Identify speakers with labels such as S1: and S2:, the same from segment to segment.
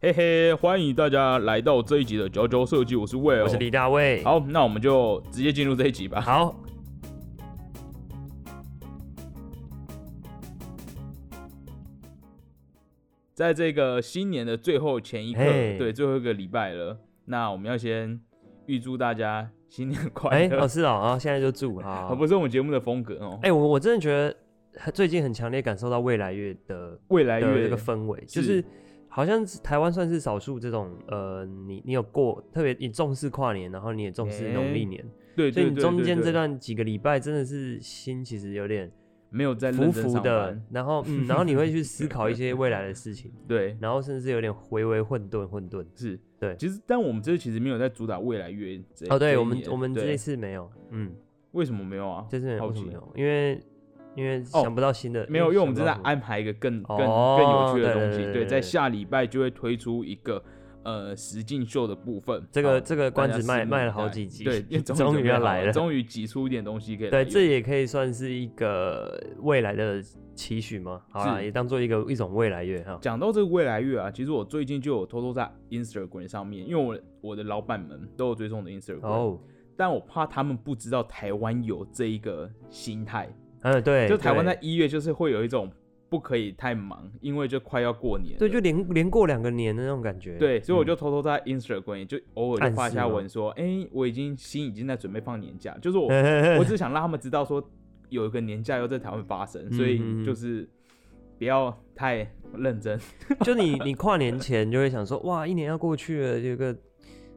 S1: 嘿嘿，欢迎大家来到这一集的九九设计，我是 Will，
S2: 我是李大卫。
S1: 好，那我们就直接进入这一集吧。
S2: 好，
S1: 在这个新年的最后前一刻，
S2: 嘿
S1: 对，最后一个礼拜了，那我们要先预祝大家新年快
S2: 哎、
S1: 乐。
S2: 哦是哦，啊，现在就住好，
S1: 啊，不是我们节目的风格哦。
S2: 哎、我我真的觉得最近很强烈感受到未来月的
S1: 未来
S2: 的
S1: 月
S2: 这个氛围，
S1: 是
S2: 就是好像是台湾算是少数这种，呃，你你有过特别你重视跨年，然后你也重视农
S1: 哎
S2: 历年，
S1: 对
S2: 所以
S1: 对
S2: 你
S1: 对，
S2: 中间
S1: 对
S2: 这
S1: 对
S2: 段几个礼拜真的是心其实有点
S1: 没有在
S2: 浮
S1: 认真
S2: 浮
S1: 上
S2: 的
S1: 班，，
S2: 然后 嗯，然后你会去思考一些未来的事情，
S1: 对，
S2: 然后甚至有点回为混沌混沌。
S1: 是，
S2: 对
S1: 其实，但我们这其实没有在主打未来月这
S2: 哦，
S1: 这
S2: 对
S1: 一
S2: 我们
S1: 年
S2: 我 们
S1: 对
S2: 这一次没有，嗯。
S1: 为什么没有啊？
S2: 这次没有，
S1: 好
S2: 为什
S1: 奇哦
S2: 么没哦有？因为因为想不到新的，
S1: 没有，因为我们正
S2: 想
S1: 在
S2: 不到
S1: 安排一个更更更
S2: 哦
S1: 有趣的东
S2: 对
S1: 西。
S2: 对对
S1: 对，
S2: 对
S1: 在
S2: 对
S1: 下礼拜就会推出一个呃实境秀的部分。
S2: 这
S1: 好
S2: 个这个
S1: 大
S2: 关
S1: 家
S2: 子卖
S1: 拭目
S2: 卖
S1: 以
S2: 了好
S1: 待
S2: 几集，
S1: 对，因为终
S2: 终
S1: 于
S2: 于
S1: 准
S2: 要
S1: 备好
S2: 来了。
S1: 终于挤出一点东西可以来
S2: 对，
S1: 用。
S2: 这也可以算是一个未来的期许吗？好啦，
S1: 是
S2: 也当做一个一种未来月哈。
S1: 讲到这个未来月啊，其实我最近就有偷偷在 Instagram 上面，因为我我的老板们都有追踪我的 Instagram，、
S2: 哦，
S1: 但我怕他们不知道台湾有这一个心态，
S2: 嗯，对，
S1: 就台湾
S2: 对
S1: 在一月就是会有一种不可以太忙，因为就快要过年了。
S2: 对，就连连过两个年的那种感觉。
S1: 对，所以我
S2: 嗯
S1: 就偷偷在 Instagram 也就偶尔就发一下
S2: 暗示吗哦
S1: 文说，哎、我已经心已经在准备放年假，就是我
S2: 嗯
S1: 我只想让他们知道说有一个年假要在台湾发生，所以
S2: 嗯嗯嗯
S1: 就是不要太认真。
S2: 就你你跨年前就会想说，哇，一年要过去了，有个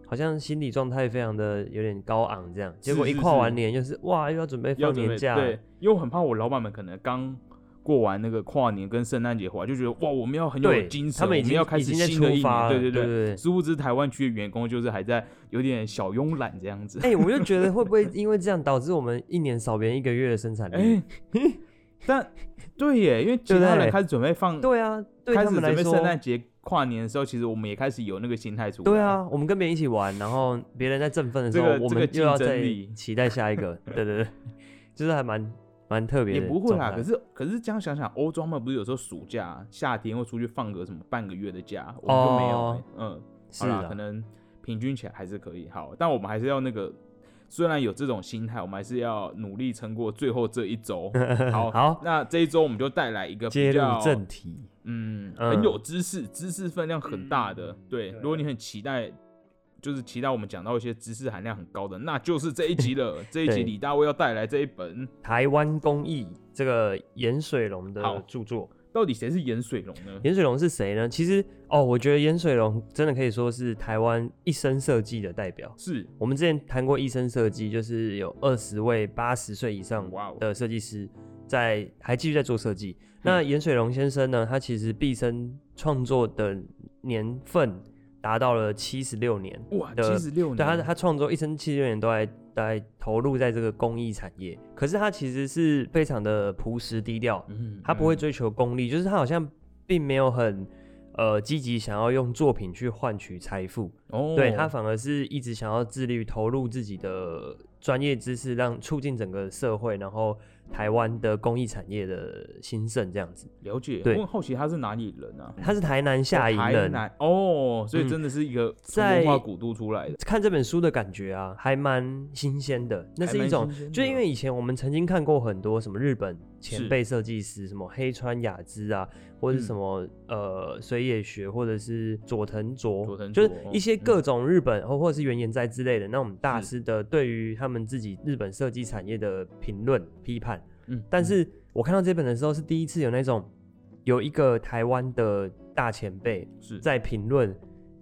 S2: 好像心理状态非常的有点高昂这样。结果
S1: 是
S2: 一
S1: 是
S2: 跨
S1: 是
S2: 完年又是哇，又要准备
S1: 要
S2: 放
S1: 准
S2: 年
S1: 备
S2: 假，
S1: 对，因为我很怕我老板们可能刚过完那个跨年跟圣诞节回来，就觉得哇，我们要很有
S2: 对，
S1: 精神，
S2: 他们已
S1: 我
S2: 经
S1: 要开
S2: 已
S1: 始
S2: 经在
S1: 新的一
S2: 出发
S1: 年，
S2: 了，
S1: 对对
S2: 对
S1: 对。
S2: 对。
S1: 殊不知台湾区的员工就是还在有点小慵懒这样子。
S2: 哎、我就觉得会不会因为这样导致我们一年少别人一个月的生产力？
S1: 哎、但对耶，因为其他
S2: 对不
S1: 人
S2: 对
S1: 开始准备放
S2: 对啊，对
S1: 开
S2: 他
S1: 始
S2: 们
S1: 准
S2: 来
S1: 备
S2: 说，
S1: 圣诞节跨年的时候，其实我们也开始有那个心态出来。
S2: 对，啊，我们跟别人一起玩，然后别人在振奋的时
S1: 这
S2: 候，
S1: 个
S2: 我
S1: 这个
S2: 们又要
S1: 竞争
S2: 再
S1: 力
S2: 期待 下一个。对对对，就是还蛮蛮特别
S1: 也
S2: 的
S1: 不
S2: 状
S1: 会
S2: 态。
S1: 啦。可是可是这样想想，欧洲他们不是有时候暑假、夏天会出去放个什么半个月的假，我们就没有、
S2: 哦
S1: 嗯，好
S2: 是
S1: 啦，
S2: 啦
S1: 可能平均起来还是可以。好，但我们还是要那个，虽然有这种心态，我们还是要努力撑过最后这一 周。好，
S2: 好
S1: 那这一周我们就带来一个
S2: 接
S1: 比
S2: 入
S1: 较
S2: 正题，
S1: 嗯，
S2: 嗯
S1: 很有知识，知识分量很大的。对，如果你很期待，就是期待我们讲到一些知识含量很高的，那就是这一集 了。这一集
S2: 对
S1: 李大卫要带来这一本，
S2: 台湾工艺这个盐水龙
S1: 好
S2: 的著作。
S1: 到底谁是盐水龙呢？
S2: 盐水龙是谁呢？其实哦，我觉得盐水龙真的可以说是台湾一生设计的代表。
S1: 是，
S2: 我们之前谈过医生设计，就是有二十位八十岁以上
S1: 哇哦
S2: 的设计师在还继续在做设计。那
S1: 嗯
S2: 盐水龙先生呢，他其实毕生创作的年份达到了七十六年，
S1: 哇，
S2: 的
S1: 七十六哦年，
S2: 呃对他他创作一生七十六年都在在投入在这个工艺产业。可是他其实是非常的朴实低调，
S1: 嗯，
S2: 他不会
S1: 嗯
S2: 追求功利，就是他好像并没有很呃积极想要用作品去换取财富。
S1: 哦，
S2: 对他反而是一直想要致力于投入自己的专业知识，让促进整个社会，然后台湾的工艺产业的兴盛这样子。
S1: 了解。我
S2: 对
S1: 很好奇他是哪里人啊？
S2: 他是台南下营
S1: 台
S2: 人，
S1: 南哦，所以
S2: 嗯
S1: 真的是一个
S2: 在
S1: 文化古都出来的，
S2: 看这本书的感觉啊，还蛮新鲜的。那
S1: 还
S2: 是一
S1: 蛮
S2: 种
S1: 新鲜，
S2: 就
S1: 的
S2: 因为以前我们曾经看过很多什么日本前
S1: 是
S2: 辈设计师，什么黑川雅之啊，或者
S1: 嗯
S2: 是什么、呃水野学，或者是佐藤卓，
S1: 佐藤
S2: 就是
S1: 卓
S2: 一些
S1: 嗯
S2: 各种日本、或或者是原研哉之类的那种大
S1: 是
S2: 师的对于他们自己日本设计产业的评论批判。
S1: 嗯，
S2: 但
S1: 嗯
S2: 是我看到这本的时候，是第一次有那种有一个台湾的大前辈
S1: 嗯是
S2: 在评论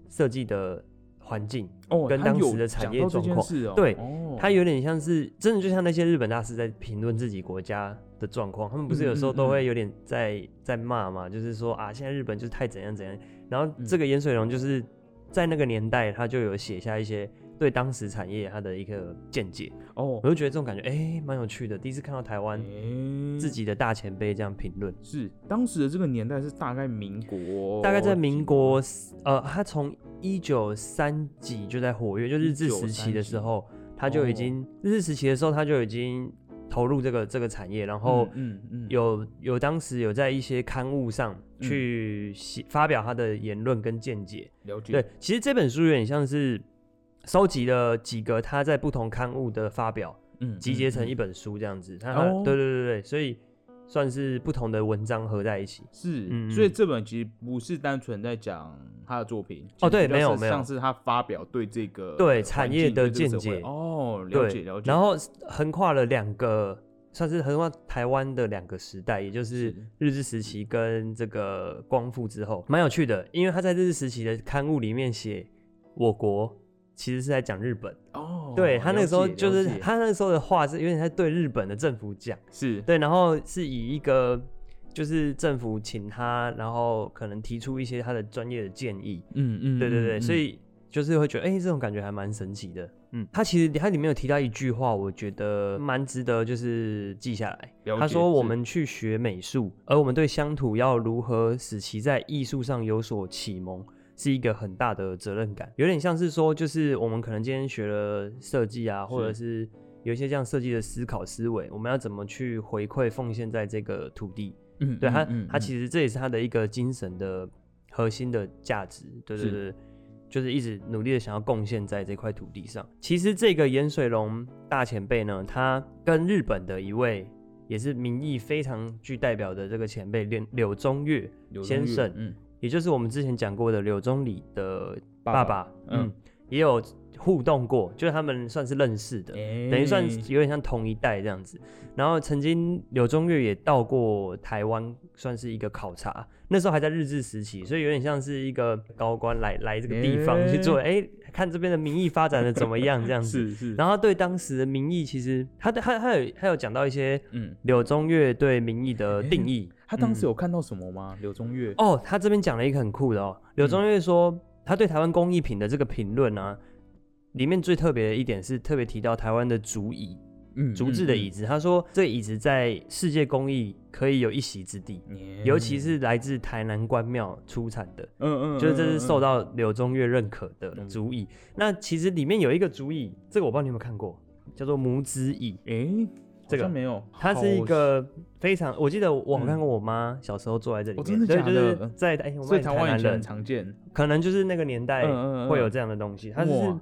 S2: 设计的环境。
S1: 哦，
S2: 跟
S1: 他
S2: 当
S1: 有
S2: 时的产
S1: 讲
S2: 业
S1: 到这
S2: 状
S1: 件
S2: 况
S1: 事哦，
S2: 对
S1: 哦
S2: 他有点像是真的，就像那些日本大师在评论自己国家的状况，他们不是有时
S1: 嗯
S2: 候
S1: 嗯嗯
S2: 都会有点在在骂嘛，就是说啊，现在日本就是太怎样怎样。然后
S1: 嗯
S2: 这个盐水龙就是在那个年代，他就有写下一些对当时产业他的一个见解，
S1: 哦
S2: 我，就觉得这种感觉哎蛮、有趣的，第一次看到台湾
S1: 诶
S2: 自己的大前辈这样评论。
S1: 是当时的这个年代是大概民国，
S2: 大概在民国，呃，他从一九三
S1: 哦
S2: 几就在活跃，就日治时期的时候，他就已经、日治时期的时候，他就已经投入这个这个产业，然后
S1: 嗯嗯嗯
S2: 有有当时有在一些刊物上去写发表他的言论跟见解。
S1: 了解，
S2: 对，其实这本书有点像是收集了几个他在不同刊物的发表，
S1: 嗯，
S2: 集结成
S1: 嗯
S2: 一
S1: 嗯
S2: 本书这样子。他
S1: 哦
S2: 对对对对，所以算是不同的文章合在一起。
S1: 是，
S2: 嗯
S1: 所以
S2: 嗯
S1: 这本其实不是单纯在讲他的作品
S2: 哦对
S1: 其实
S2: 没
S1: 比
S2: 有
S1: 较是
S2: 没有
S1: 像是他发表对这个
S2: 对
S1: 呃
S2: 产
S1: 环
S2: 业
S1: 境
S2: 的
S1: 对这个社
S2: 见
S1: 会
S2: 解
S1: 哦，了解
S2: 对
S1: 了，解，
S2: 然后横跨了两个，算是横跨台湾的两个时代，也就是
S1: 是
S2: 日治时期跟这个光复之后，蛮有趣的。因为他在日治时期的刊物里面写我国，其实是在讲日本。
S1: 哦，
S2: 对他那
S1: 了
S2: 个时候
S1: 解
S2: 就
S1: 了
S2: 是
S1: 解
S2: 他那个时候的话是有点在对日本的政府讲，
S1: 是
S2: 对，然后是以一个。就是政府请他，然后可能提出一些他的专业的建议，
S1: 嗯嗯，
S2: 对对对，
S1: 嗯
S2: 所以就是会觉得，哎、这种感觉还蛮神奇的。嗯，他其实他里面有提到一句话，我觉得蛮值得就是记下来。
S1: 了
S2: 他
S1: 解
S2: 说，我
S1: 是
S2: 们去学美术，而我们对乡土要如何使其在艺术上有所启蒙。是一个很大的责任感，有点像是说，就是我们可能今天学了设计啊，或者是有一些这样设计的思考思维，我们要怎么去回馈奉献在这个土地？
S1: 嗯，
S2: 对他，他
S1: 实
S2: 其实这也是他的一个精神的核心的价值，对对
S1: 是
S2: 对，就是一直努力的想要贡献在这块土地上。其实这个盐水龙大前辈呢，他跟日本的一位也是民意非常具代表的这个前辈柳柳宗悦，先生
S1: 嗯，
S2: 也就是我们之前讲过的柳宗理的爸
S1: 爸，
S2: 爸，
S1: 嗯
S2: 嗯，也有互动过，就是他们算是认识的。等
S1: 等
S2: 于算有点像同一代这样子。然后曾经柳宗悦也到过台湾，算是一个考察，那时候还在日治时期，所以有点像是一个高官来来这个地方
S1: 诶
S2: 去做，哎、看这边的民意发展的怎么样这样子。
S1: 是是，
S2: 然后他对当时的民意，其实他他他有他有讲到一些
S1: 嗯，
S2: 柳宗悦对民意的定义。
S1: 他当时
S2: 嗯
S1: 有看到什么吗？柳宗悦
S2: 哦，他这边讲了一个很酷的哦，
S1: 嗯
S2: 柳宗悦说、他对台湾工艺品的这个评论啊，里面最特别的一点是特别提到台湾的竹椅。
S1: 嗯
S2: 竹制的椅，子。他说，这个椅子在世界工艺可以有一席之地，
S1: 嗯
S2: 尤其是来自台南关庙出产的，
S1: 嗯嗯，
S2: 就是这是受
S1: 到
S2: 到柳宗悦认可的
S1: 嗯
S2: 竹椅。那其实里面有一个竹椅，这个我不知道你有没有看过，叫做拇指椅。
S1: 诶，
S2: 这个
S1: 好像没有，
S2: 它是一
S1: 好
S2: 个非常，我记得我
S1: 嗯
S2: 看过我妈小时候坐在这里
S1: 哦
S2: 面，
S1: 真的
S2: 对
S1: 假
S2: 就是
S1: 的
S2: 在哎，我
S1: 所
S2: 们
S1: 以台湾以
S2: 南
S1: 前很
S2: 人，
S1: 常见，
S2: 可能就是那个年代
S1: 嗯
S2: 会有这样的东西，它就是
S1: 哇拇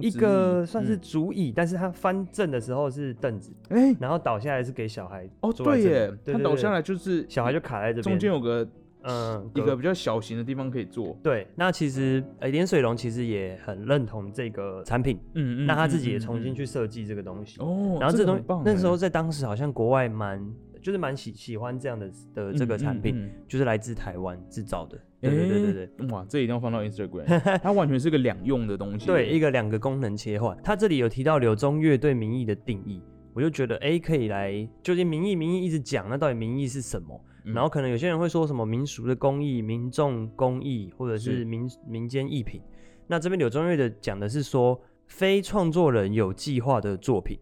S2: 一
S1: 指
S2: 个
S1: 椅
S2: 算是
S1: 嗯
S2: 竹椅，但是它翻正的时候是凳子，
S1: 哎
S2: 然后倒下来是给小孩
S1: 哦
S2: 坐在
S1: 对
S2: 这里
S1: 耶，
S2: 对
S1: 他
S2: 对
S1: 倒
S2: 对
S1: 下来就是
S2: 小孩就卡在这边，
S1: 中间有个
S2: 嗯
S1: 一
S2: 隔
S1: 个比较小型的地方可以坐，
S2: 对。那其实呃，连水龙其实也很认同这个产品，
S1: 嗯
S2: 那他自己也重新
S1: 去
S2: 去设计这个东西。
S1: 哦，
S2: 然后这
S1: 个
S2: 东
S1: 很棒
S2: 那
S1: 哎
S2: 时候在当时好像国外蛮就是蛮喜喜欢这样的的
S1: 嗯
S2: 这个产品，，就是来自台湾制造的。对对对对对。
S1: 对，哇，这一定要放到 Instagram，它完全是个两用的东西，欸
S2: 对，一个两个功能切换。他这里有提到柳宗悦对民意的定义，我就觉得哎，诶可以来究竟民意民意一直讲，那到底民意是什么？
S1: 嗯
S2: 然后可能有些人会说什么民俗的工艺、民众工艺，或者
S1: 是
S2: 是民民间艺品。那这边柳宗悦的讲的是说，非创作人有计划的作品，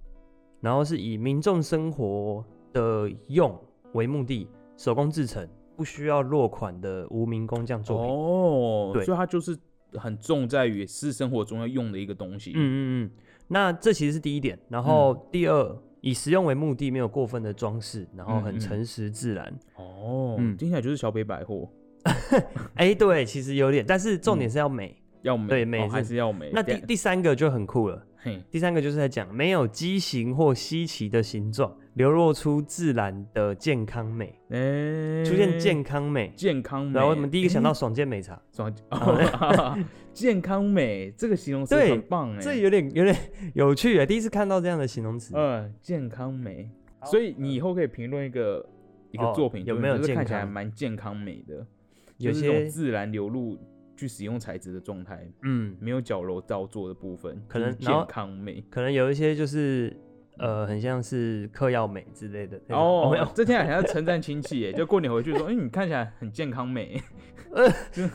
S2: 然后是以民众生活的用为目的，手工制成，不需要落款的无名工匠作品。
S1: 哦，
S2: 对
S1: 所以它就是很重在于是生活中要用的一个东西，
S2: 嗯嗯嗯，那这其实是第一点，
S1: 嗯
S2: 然后第二，以实用为目的，没有过分的装饰，然后
S1: 嗯嗯
S2: 很诚实自然。
S1: 哦，
S2: 嗯
S1: 听起来就是小北百货
S2: 哎、对，其实有点，但是
S1: 嗯
S2: 重点是要美。
S1: 要美，
S2: 对
S1: 哦
S2: 美
S1: 还
S2: 是
S1: 是要美，
S2: 那第第三个就很酷了，
S1: 嘿，
S2: 第三个就是在讲没有畸形或稀奇的形状，流露出自然的健康美，
S1: 哎，
S2: 出现健康美。
S1: 健康嗯美，
S2: 然后我们第一个想到
S1: 诶
S2: 爽健美茶，
S1: 什么？哦 健康美这个形容词
S2: 对
S1: 很棒哎，
S2: 这有点有点 有趣哎，第一次看到这样的形容词。呃
S1: 呃，健康美，
S2: 好
S1: 所以你以后可以评论一个一个
S2: 哦
S1: 作品
S2: 有
S1: 就是
S2: 没有
S1: 就是看
S2: 健
S1: 起来
S2: 康
S1: 蛮健康美的，
S2: 有
S1: 就是这种
S2: 些
S1: 自然流露去使用材质的状态，
S2: 嗯，
S1: 没有矫揉造作的部分，
S2: 可
S1: 就是
S2: 能然后
S1: 健康美。
S2: 可能有一些就是呃，很像是嗑药美之类的那种。没有
S1: 哦，这听起来像称赞亲戚耶，就过年回去说，哎，你看起来很健康美，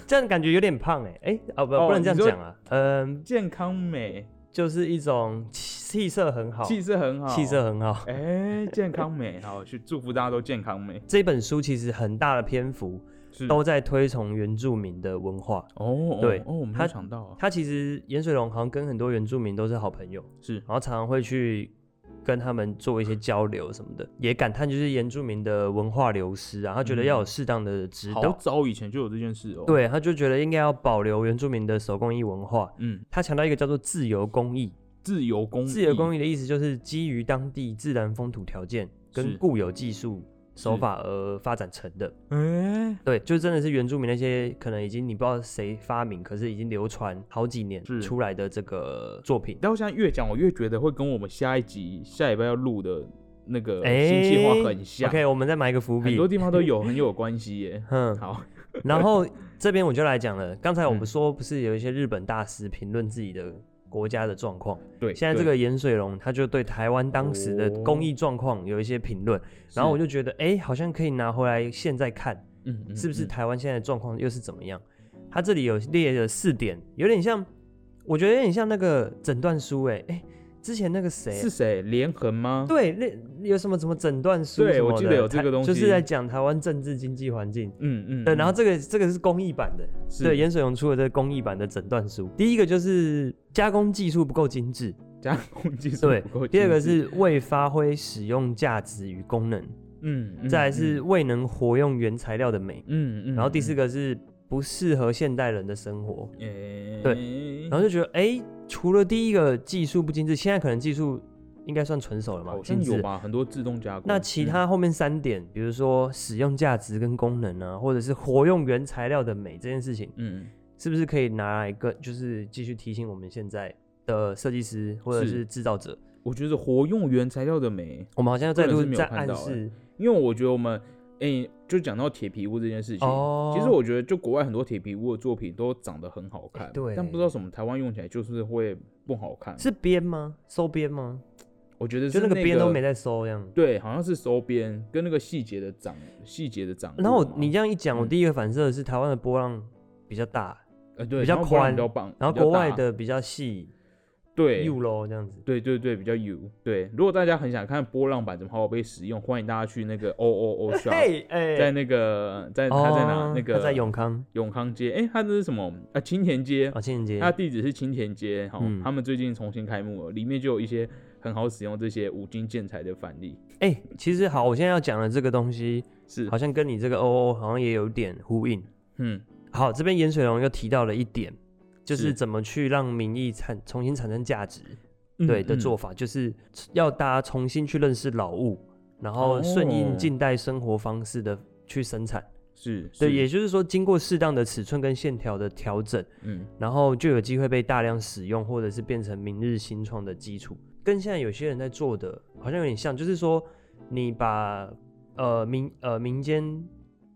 S2: 这样感觉有点胖哎、欸、哎、啊不
S1: 哦
S2: 不能这样
S1: 你说
S2: 讲啊，嗯、
S1: 健康美，
S2: 就是一种气气色很好，
S1: 气色很好，
S2: 气色，很好。
S1: 哎，健康美， 好，去祝福大家都健康美，
S2: 这本书其实很大的篇幅
S1: 是
S2: 都在推崇原住民的文化。
S1: 哦，
S2: 对
S1: 哦哦，我没有
S2: 他
S1: 想到啊，
S2: 他其实盐水龙好像跟很多原住民都是好朋友，
S1: 是
S2: 然后常常会去跟他们做一些交流什么的，也感叹就是原住民的文化流失啊，他觉得要有适当的指
S1: 嗯好啊
S2: 导，
S1: 早以前就有这件事哦。，
S2: 对，他就觉得应该要保留原住民的手工艺文化。
S1: 嗯，
S2: 他强调一个叫做自由工艺，
S1: 自由工
S2: 自由工
S1: 益，
S2: 艺的意思就是基于当地自然风土条件
S1: 是
S2: 跟固有技术手法而发展成的。
S1: 哎，
S2: 对，就真的是原住民那些可能已经你不知道谁发明，可是已经流传好几年
S1: 是
S2: 出来的这个作品。
S1: 但我现在越讲，我越觉得会跟我们下一集下礼拜要录的那个
S2: 哎
S1: 新计划很像，
S2: OK，我们再埋一个伏
S1: 很
S2: 笔
S1: 多。地方都有很有关系 耶。
S2: 嗯，
S1: 好，
S2: 然后这边我就来讲了。刚才我
S1: 嗯
S2: 们说不是有一些日本大师评论自己的国家的状况，
S1: 对，
S2: 现在这
S1: 对哦
S2: 个盐水龙他就对台湾当时的工艺状况有一些评论，然后我
S1: 是
S2: 就觉得哎、诶好像可以拿回来现在看，
S1: 嗯，嗯
S2: 是不是
S1: 嗯
S2: 台湾现在的状况又是怎么样？他这里有列了四点，有点像，我觉得有点像那个诊断书、诶哎、诶之前那个谁啊
S1: 嗯是谁连横吗？
S2: 对，那有什么什么诊断书
S1: 对
S2: 什么
S1: 我
S2: 的
S1: 记得有这个东西
S2: 就是在讲台湾政治经济环境。
S1: 嗯，嗯嗯，嗯
S2: 对，然后这个这个是公益版的，
S1: 是
S2: 对，盐水龙出的这个公益版的诊断书。第一个就是加工技术不够精致，
S1: 加工技术
S2: 对
S1: 不够。
S2: 第二个
S1: 精致，
S2: 是未发挥使用价值与功能，
S1: 嗯，嗯
S2: 再来是
S1: 嗯
S2: 未能活用原材料的美，
S1: 嗯嗯，
S2: 然后第四
S1: 个，
S2: 个是不适合现代人的生活。
S1: 对
S2: 然后就觉得，哎，除了第一个技术不精致，现在可能技术应该算成熟了嘛
S1: 好，像
S2: 精致
S1: 哦有。吧，很多自动加工。
S2: 那其
S1: 嗯
S2: 他后面三点，比如说使用价值跟功能啊，或者是活用原材料的美这件事情，
S1: 嗯，
S2: 是不是可以拿来跟就是继续提醒我们现在的设计师或者
S1: 是
S2: 是制造者？
S1: 我觉得活用原材料的美，
S2: 我们好像又
S1: 个
S2: 再
S1: 人
S2: 度
S1: 是没有
S2: 在
S1: 看
S2: 暗
S1: 到欸
S2: 示
S1: 因为我觉得我们，诶、就讲到铁皮屋这件事情。
S2: 哦。
S1: 其实我觉得，就国外很多铁皮屋的作品都长得很好看，
S2: 对
S1: 但不知道什么台湾用起来就是会不好看。
S2: 是编吗？收编吗？
S1: 我觉得是
S2: 就那
S1: 那嗯
S2: 个编都没在收这样。
S1: 对，好像是收边跟那个细节的掌细节的掌握嘛。
S2: 然后我你这样一讲，我
S1: 嗯
S2: 第一个反射的是台湾的波浪比较大，
S1: 呃对
S2: 比较
S1: 然后波浪
S2: 宽
S1: 比较棒，
S2: 然后
S1: 比较
S2: 国外
S1: 大
S2: 的比较细
S1: 对
S2: ，U 咯这样子。
S1: 对对对，比较 U。对，如果大家很想看波浪板怎么好好被使用，欢迎大家去那个 O O O Shop，
S2: 嘿，哎
S1: 啊在那个在他在哪、
S2: 哦
S1: 那个
S2: 他在永康
S1: 永康街，哎、他这是什么啊？青田街，
S2: 哦，情人节
S1: 它地址是青田街，好、
S2: 嗯
S1: 他们最近重新开幕了，里面就有一些很好使用这些五金建材的范例，
S2: 哎、其实好，我现在要讲的这个东西，
S1: 是
S2: 好，像跟你这个 O O 好像也有点呼应。
S1: 嗯，
S2: 好，这边盐水龙又提到了一点，就是
S1: 是
S2: 怎么去让民意产重新产生价值，
S1: 嗯
S2: 对的做
S1: 法，
S2: 法，就是要大家重新去认识老物，然后顺
S1: 哦
S2: 应近代生活方式的去生产。
S1: 是，
S2: 对，
S1: 是
S2: 也就是说，经过适当的尺寸跟线条的调整，
S1: 嗯，
S2: 然后就有机会被大量使用，或者是变成明日新创的基础，跟现在有些人在做的好像有点像，就是说你把呃民呃民间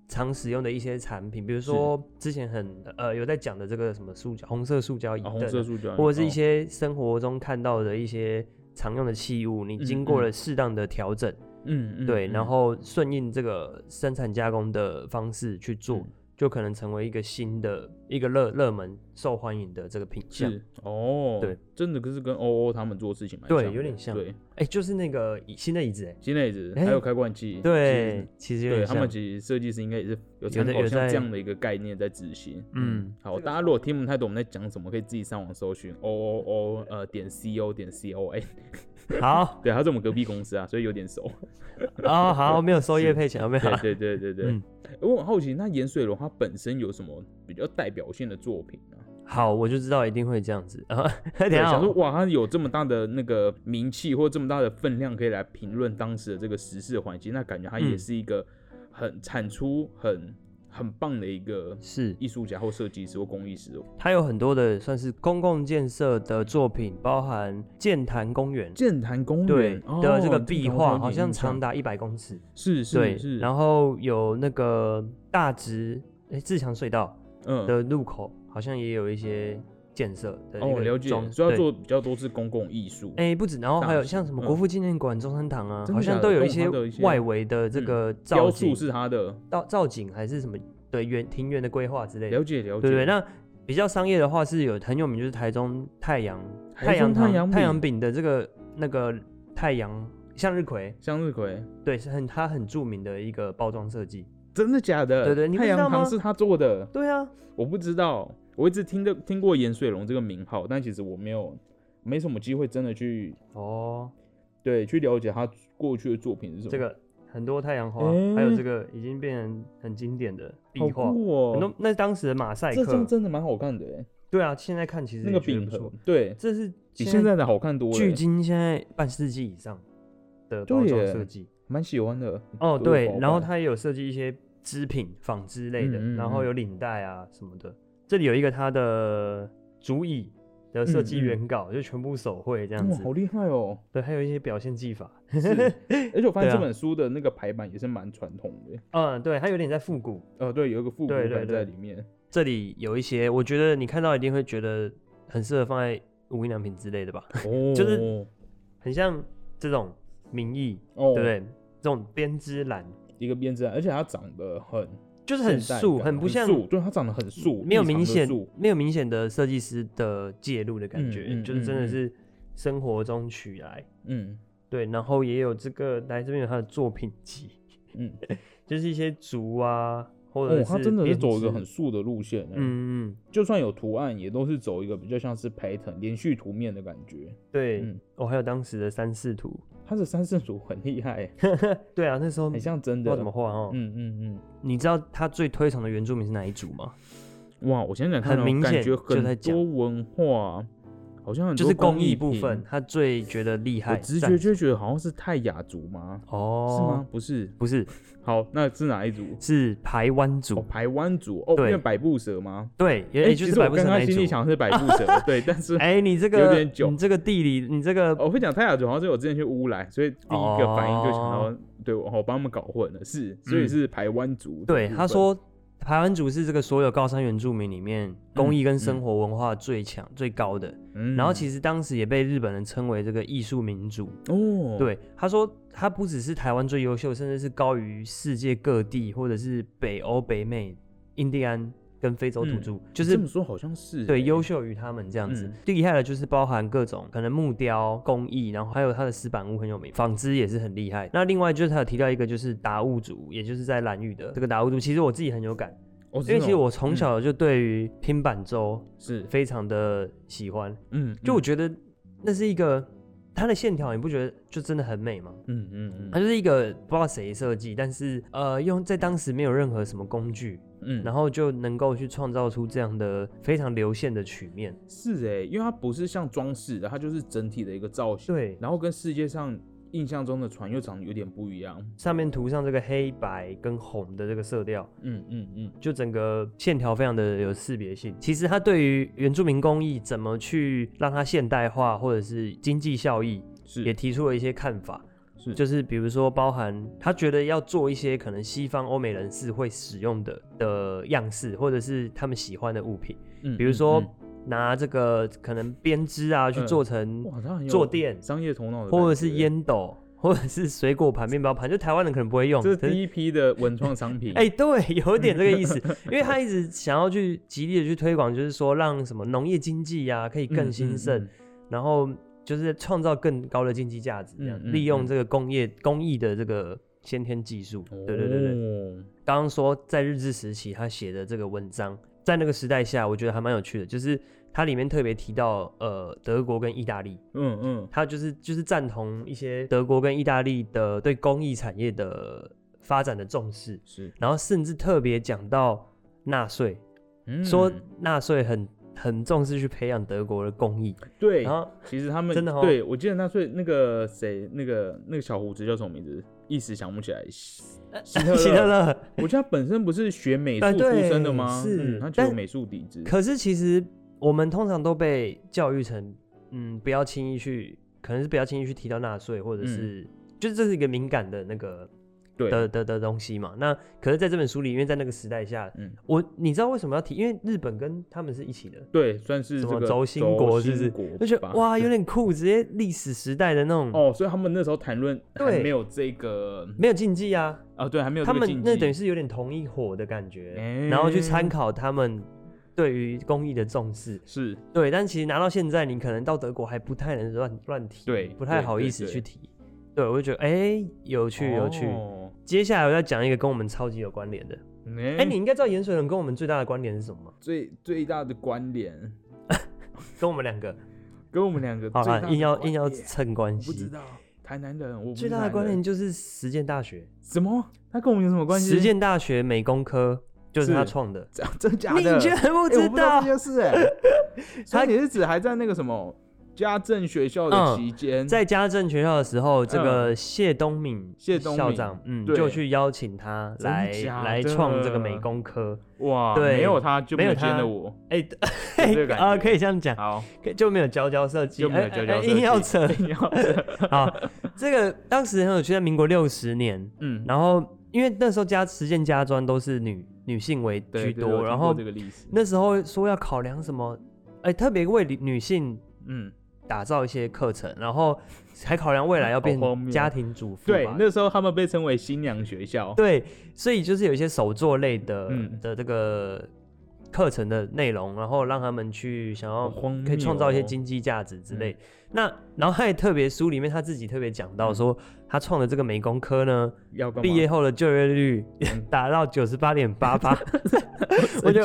S2: 常使用的一些产品，比如说之前很呃有在讲的这个什么塑胶红色塑胶椅
S1: 啊，
S2: 凳
S1: 红色
S2: 啊，
S1: 塑胶，
S2: 或者是一
S1: 哦
S2: 些生活中看到的一些常用的器物，你
S1: 嗯
S2: 经过了适当的调整，
S1: 嗯嗯，
S2: 对，然
S1: 嗯
S2: 后顺应这个生产加工的方式去做，
S1: 嗯
S2: 就可能成为一个新的一个热热门、受欢迎的这个品相。
S1: 是哦，
S2: 对，
S1: 真的可是跟 O O 他们做事情蛮
S2: 对
S1: 像
S2: 有
S1: 的
S2: 点像
S1: 对，
S2: 哎、就是那个椅新的椅子，哎，
S1: 新内子
S2: 哎
S1: 还有开罐器，
S2: 对，其实
S1: 其
S2: 有
S1: 实，对
S2: 点
S1: 他
S2: 像。
S1: 们其实设计师应该也是有参
S2: 有的
S1: 考
S2: 有
S1: 像这
S2: 在
S1: 样的一个概念在执行。
S2: 嗯，
S1: 好，大家如果听不太懂我们在讲什么，可以自己上网搜寻 O O O 呃点 C O 点 C O A，
S2: 好
S1: 对，他是我们隔壁公司啊，所以有点熟。
S2: 啊、好，没有收
S1: 是
S2: 业配 钱，没有。
S1: 对对对对对
S2: 嗯。
S1: 哎我很好奇，那盐水龙它本身有什么比较代表性的作品呢？
S2: 好，我就知道一定会这样子 啊。等
S1: 对，
S2: 一下
S1: 想说
S2: 哦，
S1: 哇，他有这么大的那个名气或这么大的分量，可以来评论当时的这个时事环境，那感觉他也
S2: 嗯
S1: 是一个很产出很很棒的一个
S2: 是
S1: 艺术家或设计师或工艺师哦。
S2: 它有很多的算是公共建设的作品，包含剑潭公园
S1: 剑潭公园
S2: 对
S1: 哦
S2: 的这个
S1: 剑
S2: 壁
S1: 潭
S2: 画，
S1: 我
S2: 好
S1: 有点
S2: 像
S1: 印象
S2: 长达一百公尺。
S1: 是是
S2: 对，
S1: 是，后
S2: 然后有那个大直诶自强隧道
S1: 嗯。
S2: 的入口，好像也有一些建设的那
S1: 哦，
S2: 个
S1: 了解
S2: 装，，
S1: 所以要
S2: 对哎
S1: 做比较多是公共艺术，
S2: 诶不止，然后还
S1: 大
S2: 有
S1: 直
S2: 像什么
S1: 嗯
S2: 国父纪念馆、中山堂啊，
S1: 真的
S2: 好
S1: 假
S2: 像
S1: 的
S2: 都有
S1: 动
S2: 一些
S1: 画的一些
S2: 外围的这
S1: 嗯
S2: 个造
S1: 雕塑
S2: 景、
S1: 是他的，
S2: 造造景还是什么对园庭园的规划之类的
S1: 了，解了解。
S2: 对对。那比较商业的话是有很有名，就是台中太阳
S1: 台
S2: 太阳
S1: 中太
S2: 堂
S1: 阳
S2: 太阳
S1: 饼
S2: 饼的这个那个太阳向日葵，
S1: 向日葵，
S2: 对，是很它很著名的一个包装设计。
S1: 真的假的？
S2: 对对你不
S1: 太
S2: 知
S1: 阳
S2: 道
S1: 堂
S2: 吗
S1: 是他做的，
S2: 对啊，
S1: 我不知道，我一直听的听过盐水龙这个名号，但其实我没有没什么机会真的去
S2: 哦，
S1: 对，去了解他过去的作品是什么。
S2: 这个很多太阳花，
S1: 诶
S2: 还有这个已经变成很经典的壁
S1: 好
S2: 画，
S1: 酷哦、
S2: 很多那是当时的马赛
S1: 这张
S2: 克，
S1: 真的蛮好看的哎，
S2: 对啊，现在看其实
S1: 那个
S2: 也觉得
S1: 饼
S2: 不错
S1: 盒，，对，
S2: 这是
S1: 比现在的好看多了
S2: 距
S1: 欸，
S2: 今现在半世纪以上的包
S1: 对
S2: 装
S1: 耶
S2: 设计。
S1: 蛮喜欢的。
S2: 哦，
S1: 都有
S2: 对
S1: 包，
S2: 然后
S1: 包
S2: 它也有设计一些织品、纺织类的，
S1: 嗯嗯
S2: 然后
S1: 嗯
S2: 有领带啊什么的。这里有一个它的竹椅的设
S1: 嗯
S2: 计
S1: 嗯
S2: 原稿，就全部手绘这样
S1: 哇，
S2: 子。
S1: 好厉害哦！
S2: 对，还有一些表现技法。
S1: 而且我发现
S2: 对啊
S1: 这本书的那个排版也是蛮传统的，
S2: 嗯，对，它有点在复古。
S1: 呃，对，有一个复古
S2: 对对
S1: 感
S2: 对
S1: 在里面。
S2: 这里有一些，我觉得你看到一定会觉得很适合放在无印良品之类的吧，
S1: 哦，
S2: 就是很像这种名义，
S1: 哦，
S2: 对不对？这种编织篮
S1: 一个编织篮，而且它长得很
S2: 就是很
S1: 现代
S2: 素，
S1: 感
S2: 很不像
S1: 素，对，它长得很素，
S2: 没有
S1: 异常
S2: 明
S1: 地
S2: 显
S1: 素
S2: 没有明显的设计师的介入的感觉，
S1: 嗯嗯
S2: 就是真
S1: 嗯
S2: 的
S1: 嗯
S2: 是生活中取来。
S1: 嗯
S2: 对，然后也有这个来这边有他的作品集，
S1: 嗯，
S2: 就是一些竹啊，或者
S1: 哦
S2: 是，
S1: 它真的是
S2: 编
S1: 走一个
S2: 织
S1: 很素的路线，嗯，
S2: 嗯嗯，
S1: 就算有图案，也都是走一个比较像是 pattern 连续图面的感觉。
S2: 对，
S1: 嗯
S2: 哦，还有当时的三视图，
S1: 它的三圣组很厉害，
S2: 对啊，那时候不
S1: 很
S2: 知
S1: 像真
S2: 道
S1: 的
S2: 怎。么画哦。
S1: 嗯嗯
S2: 你知道他最推崇的原住民是哪一组吗？
S1: 嗯，哇，我想想看哦，
S2: 很明显
S1: 感觉
S2: 就在
S1: 很
S2: 讲
S1: 多文化，好像很
S2: 就
S1: 多
S2: 是
S1: 工
S2: 工艺部
S1: 品
S2: 分，，他最觉得厉害。
S1: 我直
S2: 赞
S1: 觉就觉得好像是泰雅族吗？
S2: 哦，
S1: 是吗？？不是。
S2: 不是，
S1: 好，那是哪一组？
S2: 是台湾
S1: 哦，
S2: 族。
S1: 排湾族哦，因
S2: 对
S1: 为百步蛇吗？
S2: 对，也
S1: 哎、
S2: 也
S1: 其
S2: 就是
S1: 实
S2: 百
S1: 我
S2: 步蛇
S1: 刚
S2: 那
S1: 刚
S2: 一
S1: 心
S2: 组
S1: 里。想的是百步蛇，对，但是、
S2: 哎、你这个
S1: 点久哦
S2: 你这个地理，你这个
S1: 我会讲泰雅族，好像是我之前去乌来，所以第一个反应就想到，
S2: 哦
S1: 对我我帮他们搞混了，是，所
S2: 嗯
S1: 以是排湾族的部分、
S2: 对他说，台湾族是这个所有高山原住民里面工艺跟生活文化最强、最高的。
S1: 嗯，
S2: 然后其实当时也被日本人称为这个艺术民族。
S1: 哦，，
S2: 对，他说他不只是台湾最优秀，甚至是高于世界各地或者是北欧、北美、印第安跟非洲土著，就
S1: 嗯这
S2: 是
S1: 么说好像是
S2: 对，
S1: 欸
S2: 优秀于他们这样子
S1: 嗯。
S2: 最厉害的就是包含各种可能木雕工艺，然后还有它的石板屋很有名，纺织也是很厉害。那另外就是他有提到一个就是达悟族，也就是在兰屿的这个达悟族，其实我自己很有感，
S1: 哦，
S2: 因为其实
S1: 真的哦
S2: 我从小就对于拼板舟
S1: 是，
S2: 非常的喜欢，
S1: 嗯，
S2: 就我
S1: 嗯
S2: 觉得那是一个它的线条，你不觉得就真的很美吗？
S1: 嗯嗯
S2: 它
S1: 嗯
S2: 就是一个不知道谁设计，但是呃，用在当时没有任何什么工具，
S1: 嗯，
S2: 然
S1: 后
S2: 后就能够去创造出这样的非常流线的曲面。
S1: 是哎，因为它不是像装饰的，它就是整体的一个造型，
S2: 对，
S1: 然后跟世界上印象中的船又长得有点不一样，
S2: 上面涂上这个黑白跟红的这个色调，
S1: 嗯嗯嗯，
S2: 就整个线条非常的有识别性。其实它对于原住民工艺怎么去让它现代化，或者是经济效益，
S1: 是
S2: 也提出了一些看法。
S1: 是
S2: 就是比如说包含他觉得要做一些可能西方欧美人士会使用的的样式，或者是他们喜欢的物品，
S1: 嗯
S2: 比如说
S1: 嗯
S2: 拿这个可能编织啊去
S1: 嗯
S2: 做成
S1: 嗯哇，它很有
S2: 坐垫
S1: 商业头脑的感觉，
S2: 或者是烟斗，或者是水果盘、面包盘，就台湾人可能不会用。
S1: 这是
S2: 可是
S1: 第一批的文创商品。
S2: 哎、对，有点这个 意思，因为他一直想要去极力的去推广，就是说让什么农业经济呀、可以
S1: 嗯
S2: 更兴盛，，然后就是创造更高的经济价值，这样、
S1: 嗯嗯
S2: 利用
S1: 嗯
S2: 这个工业工艺的这个先天技术。
S1: 嗯嗯
S2: 对对对对，
S1: 哦
S2: 刚刚说在日治时期他写的这个文章，在那个时代下，我觉得还蛮有趣的，就是它里面特别提到呃德国跟意大利，
S1: 嗯嗯，
S2: 他就是就是赞同一些德国跟意大利的对工艺产业的发展的重视，
S1: 是
S2: 然后甚至特别讲到纳粹，说
S1: 嗯
S2: 纳粹很很重视去培养德国的工艺，
S1: 对
S2: 然，后
S1: 其实他们
S2: 真的哦
S1: 对我记得那最那个谁，那个那个小胡子叫什么名字？一时想不起来。希特
S2: 呃希特
S1: 勒，
S2: 勒。
S1: 我记得他本身不是学美
S2: 哎
S1: 术出
S2: 对
S1: 身的吗？
S2: 是
S1: 嗯他就
S2: 但
S1: 有美术底子。
S2: 可是其实我们通常都被教育成，嗯，不要轻易去，可能是不要轻易去提到纳粹，或者是、就是这是一个敏感的那个
S1: 嗯对，
S2: 的的的东西嘛。那可是在这本书里，因为在那个时代下，
S1: 嗯
S2: 我你知道为什么要提？因为日本跟他们是一起的，
S1: 对，算是
S2: 什
S1: 这
S2: 么
S1: 个
S2: 轴心国是不是
S1: 轴心国
S2: 就觉得
S1: 吧
S2: 哇有
S1: 对
S2: 点酷，直接历史时代的那种、
S1: 哦，所以他们那时候谈论还
S2: 对
S1: 没有这个
S2: 没有禁忌啊，
S1: 啊，对，还没有
S2: 他
S1: 这个
S2: 们
S1: 禁
S2: 那
S1: 忌
S2: 等于是有点同一伙的感觉，
S1: 哎
S2: 然后去参考他们。对于工艺的重视，
S1: 是
S2: 对，但其实拿到现在，你可能到德国还不太能乱乱提，
S1: 对
S2: 不太
S1: 对
S2: 好
S1: 对
S2: 意思
S1: 对
S2: 去提。对，我就觉得哎、有趣有趣。
S1: 哦
S2: 接下来我要讲一个跟我们超级有关联的。哎、
S1: 哎
S2: 你应该知道盐水人跟我们最大的关联是什么吗？
S1: 最最大的关联
S2: 跟我们两个，
S1: 跟我们两个
S2: 好
S1: 最大
S2: 了，
S1: 的
S2: 硬要
S1: 关
S2: 硬要
S1: 联
S2: 蹭关
S1: 我不知
S2: 系。
S1: 道台南人，我不是
S2: 最大的
S1: 台南
S2: 关
S1: 人
S2: 联就是实践大学，
S1: 什么？他跟我们有什么关系？
S2: 实践大学美工科就是他
S1: 是
S2: 创的，
S1: 真真假
S2: 你
S1: 的？
S2: 居然不
S1: 欸我
S2: 知
S1: 不知道
S2: 道
S1: 这？件事哎、 所以你是指还在那个什么家政学校的
S2: 嗯
S1: 期间、
S2: 在家政学校的时候，这个谢东敏
S1: 嗯谢东敏
S2: 校长，嗯，
S1: 对
S2: 就去邀请他
S1: 真的
S2: 来
S1: 假
S2: 来
S1: 的
S2: 创这个美工科。
S1: 哇，
S2: 对
S1: 没有他就
S2: 没有
S1: 有今天
S2: 他
S1: 的我。
S2: 哎、
S1: 有这个感
S2: 啊、
S1: 觉
S2: 可以这样讲，
S1: 好，
S2: 可以就没有佼佼设计，
S1: 就没有
S2: 哎
S1: 佼佼
S2: 哎哎
S1: 设
S2: 硬要
S1: 计
S2: 扯
S1: 你要这
S2: 啊。这个当时很有趣，在民国六十年，
S1: 嗯，
S2: 然后因为那时候家实践家专都是女女性为
S1: 对
S2: 居
S1: 对我
S2: 多，
S1: 听
S2: 然
S1: 过
S2: 后
S1: 这个历史，
S2: 那时候说要考量什么，哎、特别为女女性
S1: 嗯，
S2: 打造一些课程，然后还考量未来要
S1: 好
S2: 变
S1: 荒谬
S2: 家庭主妇吧，
S1: 对，那时候他们被称为新娘学校。
S2: 对，所以就是有一些手作类的、
S1: 嗯
S2: 的这个课程的内容，然后让他们去想
S1: 好
S2: 要
S1: 荒谬哦
S2: 可以创造一些经济价值之类。
S1: 嗯
S2: 那然后他也特别书里面他自己特别讲到说，他创的这个美工科呢，
S1: 要干嘛
S2: 毕业后的就业率
S1: 嗯
S2: 达到九十八点八 八，
S1: 神
S2: 我觉得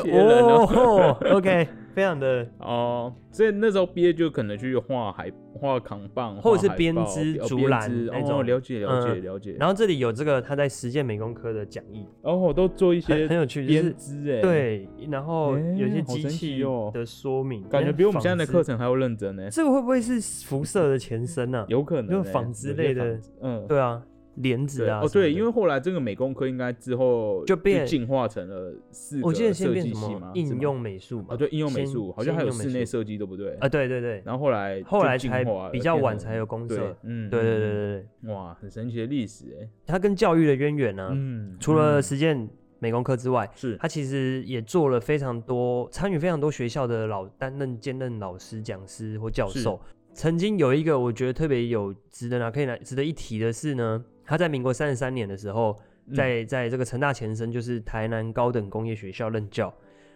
S1: 奇的人哦
S2: 哦 ，OK，非常的。
S1: 哦，所以那时候毕业就可能去画海、画扛棒，
S2: 或者是
S1: 画海
S2: 编
S1: 报
S2: 织
S1: 哦
S2: 竹
S1: 编
S2: 篮
S1: 织
S2: 那
S1: 哦，
S2: 种
S1: 了解了解
S2: 嗯
S1: 了解。
S2: 然后这里有这个他在实践美工科的讲义，
S1: 然后都做一
S2: 很很
S1: 些
S2: 有趣，就是
S1: 编织，哎，，
S2: 对，然后
S1: 哎
S2: 有一些
S1: 好
S2: 机
S1: 神奇
S2: 器
S1: 哦
S2: 的说明，
S1: 感觉比我们
S2: 仿
S1: 现在的
S2: 制
S1: 课程还要认真呢。
S2: 这个会不会是辐射的前身呢、啊？
S1: 有可能
S2: 就
S1: 欸
S2: 纺织
S1: 有些
S2: 类
S1: 纺
S2: 的
S1: 织嗯，
S2: 对啊，帘子
S1: 对
S2: 啊什么的。
S1: 哦，对，因为后来这个美工科应该之后
S2: 就变
S1: 进化成了四
S2: 我
S1: 个
S2: 记得先
S1: 设
S2: 变
S1: 计
S2: 什
S1: 系
S2: 么
S1: 嘛，是
S2: 应
S1: 吗
S2: 用美术嘛，
S1: 啊，对，应用美
S2: 先
S1: 术好像
S2: 先
S1: 还有
S2: 应用美
S1: 室内
S2: 术
S1: 设计，对不对？
S2: 啊，对对对，
S1: 然后后来
S2: 后
S1: 就
S2: 来
S1: 进
S2: 才
S1: 化
S2: 比
S1: 了
S2: 较
S1: 变
S2: 晚
S1: 成
S2: 才有公
S1: 对
S2: 社。
S1: 嗯，
S2: 对对
S1: 嗯，
S2: 对对对，
S1: 嗯哇，很神奇的历史哎，
S2: 它跟教育的渊源呢、
S1: 嗯，
S2: 除了
S1: 嗯
S2: 实践美工科之外，
S1: 是
S2: 他其实也做了非常多，参与非常多学校的老担任兼任老师、讲师或教授。曾经有一个我觉得特别有值得拿可以拿值得一提的是呢，他在民国三十三年的时候，
S1: 嗯
S2: 在在这个成大前身就是台南高等工业学校任教。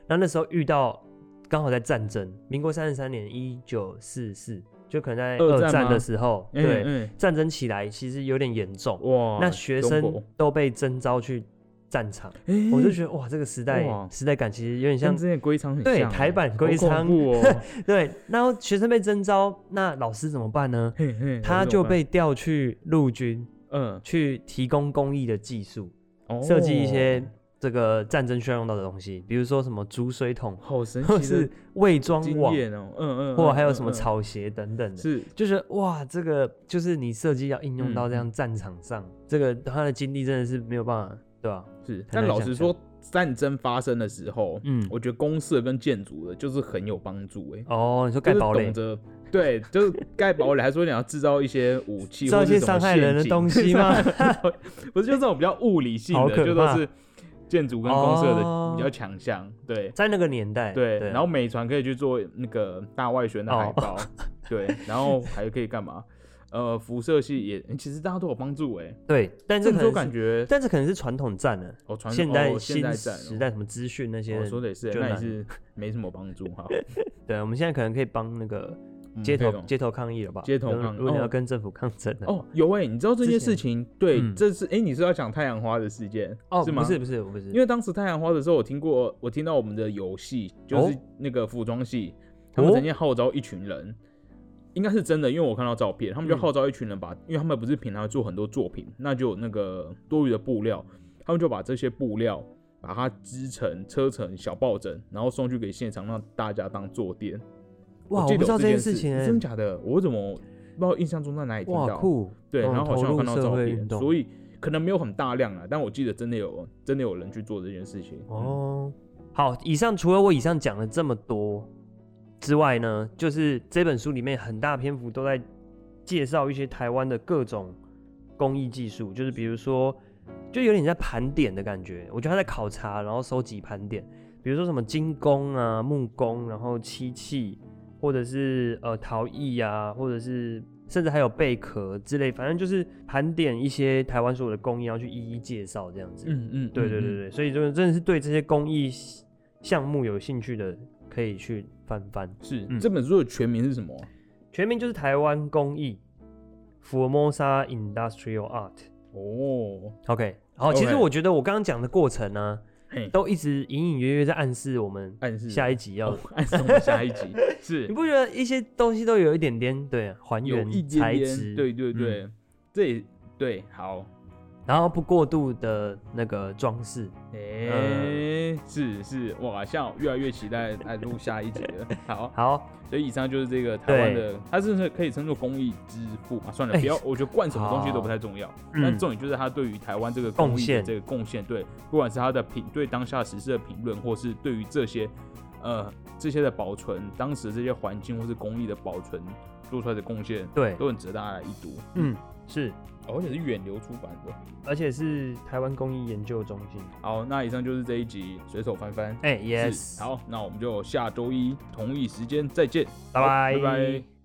S2: 那那时候遇到刚好在战争，民国三十三年一九四四，就可能在
S1: 二战
S2: 二战
S1: 吗
S2: 的时候，
S1: 嗯
S2: 对、
S1: 嗯
S2: 战争起来其实有点严重，
S1: 哇，
S2: 那学
S1: 中
S2: 生
S1: 国
S2: 都被征召去战场。
S1: 诶
S2: 我就觉得哇，这个时代
S1: 哇
S2: 时代感其实有点像
S1: 跟之前龟仓很像
S2: 对
S1: 欸，
S2: 台版
S1: 好
S2: 龟
S1: 恐
S2: 仓
S1: 怖 哦
S2: 对，然后学生被征召，那老师怎么办呢？
S1: 嘿嘿，
S2: 他
S1: 那怎
S2: 就
S1: 么办
S2: 被调去陆军，
S1: 嗯
S2: 去提供工艺的技术，
S1: 哦
S2: 设计一些这个战争需要用到的东西，比如说什么竹水桶，
S1: 好神
S2: 或
S1: 奇
S2: 是
S1: 的
S2: 伪装
S1: 经
S2: 网，
S1: 验哦，嗯嗯，
S2: 或
S1: 嗯
S2: 还有
S1: 嗯
S2: 什么
S1: 嗯
S2: 草鞋等等的。
S1: 是
S2: 就是哇，这个就是你设计要应用到这
S1: 嗯
S2: 样战场上，这个他的经历真的是没有办法，对吧、
S1: 是，
S2: 很
S1: 但
S2: 难
S1: 老
S2: 想
S1: 实
S2: 象
S1: 说，战争发生的时候，
S2: 嗯，
S1: 我觉得公社跟建筑的就是很有帮助哎、
S2: 哦，你
S1: 就
S2: 说盖
S1: 是
S2: 堡垒
S1: 懂，得对，就是盖堡垒，还说你要制造一些武器，
S2: 造
S1: 或
S2: 一
S1: 是
S2: 些
S1: 什么
S2: 伤害人的
S1: 陷阱？
S2: 东西吗？
S1: 不是，就这种比较物理性
S2: 好
S1: 的，
S2: 可
S1: 就都
S2: 怕
S1: 是建筑跟公社的
S2: 哦
S1: 比较强项，对。
S2: 在那个年代，
S1: 对，
S2: 啊
S1: 然后美船可以去做那个大外宣的
S2: 哦
S1: 海报，对，然后还可以干嘛？呃，辐射系也其实大家都有帮助哎、
S2: 对，但这
S1: 这么
S2: 可
S1: 说
S2: 能
S1: 感
S2: 是
S1: 觉
S2: 但这可能是传统战了，
S1: 哦，传
S2: 现
S1: 哦、
S2: 代
S1: 现
S2: 新
S1: 代战
S2: 时代什么资讯那些
S1: 我、
S2: 人，
S1: 哦、说的也是，
S2: 就
S1: 那也
S2: 难
S1: 是没什么帮助 哈。
S2: 对，我们现在可能可以帮那个
S1: 嗯
S2: 街
S1: 可
S2: 头
S1: 以
S2: 街头抗议了吧？
S1: 街头
S2: 如果
S1: 抗议
S2: 如果你
S1: 哦
S2: 要跟政府抗争的话
S1: 哦，有哎、你知道这件
S2: 之前
S1: 事情？对，
S2: 嗯
S1: 这是哎、你是要讲太阳花的事件
S2: 哦，
S1: 是
S2: 不
S1: 吗？
S2: 是不是，我不是，
S1: 因为当时太阳花的时候，我听过，我听到我们的游戏就是那个服装系，他们
S2: 哦
S1: 曾经号召一群人，应该是真的，因为我看到照片，他们就
S2: 嗯
S1: 号召一群人把，因为他们不是平常做很多作品，那就有那个多余的布料，他们就把这些布料把它织成车成小抱枕，然后送去给现场让大家当坐垫。
S2: 哇，
S1: 记得
S2: 我不知道
S1: 有
S2: 这
S1: 这
S2: 件
S1: 事
S2: 事情欸，
S1: 真的假的？我怎么不知道印象中在哪里听
S2: 哇
S1: 到？
S2: 酷，
S1: 对，
S2: 嗯
S1: 然后好
S2: 投
S1: 像有
S2: 入
S1: 看到
S2: 社
S1: 照
S2: 会
S1: 片，
S2: 运动
S1: 所以可能没有很大量啊，但我记得真的有真的有人去做这件事情。嗯，
S2: 哦，好，以上除了我以上讲了这么多之外呢，就是这本书里面很大篇幅都在介绍一些台湾的各种工艺技术，就是比如说，就有点在盘点的感觉。我觉得他在考察，然后收集盘点，比如说什么金工啊、木工，然后漆器，或者是呃陶艺啊，或者是。甚至还有贝壳之类，反正就是盘点一些台湾所有的工艺，然后去一一介绍这样子。
S1: 嗯嗯，
S2: 对对
S1: 嗯
S2: 对，对，所以就是真的是对这些公益项目有兴趣的，可以去翻翻。
S1: 嗯是、
S2: 嗯
S1: 这本书的全名是什么啊？
S2: 全名就是台湾工艺 Formosa Industrial Art。
S1: 哦，
S2: OK，好，其实
S1: OK
S2: 我觉得我刚刚讲的过程呢、
S1: 嘿
S2: 都一直隐隐约约在暗示我们
S1: 暗示
S2: 下一集要
S1: 哦， 暗示我们下一 集
S2: 你
S1: 是
S2: 不觉得一些东西都有一点点对还
S1: 有一
S2: 原
S1: 点
S2: 材
S1: 点，
S2: 质？
S1: 对对对。这也对，好，
S2: 然后不过度的那个装饰。
S1: 诶、
S2: 嗯
S1: 是是，哇，像越来越期待来录下一集了。好，
S2: 好，
S1: 所以以上就是这个台湾的，它甚至可以称作公益之父嘛。算了，
S2: 哎
S1: 不要，我觉得灌什么东西都不太重要，但
S2: 嗯
S1: 重点就是他对于台湾这个
S2: 贡
S1: 公益的
S2: 献
S1: 这个贡献，对，不管是他的评对当下时事的评论，或是对于这些呃这些的保存，当时的这些环境或是公益的保存做出来的贡献，
S2: 对，
S1: 都很值得大家来一读。
S2: 嗯，是，
S1: 哦，而且是远流出版的。
S2: 而且是台湾公益研究中心。
S1: 好，那以上就是这一集随手翻翻。
S2: 哎
S1: 是
S2: ，yes，，
S1: 好，那我们就下周一同一时间再见，
S2: 拜
S1: 好
S2: 拜，
S1: 拜拜。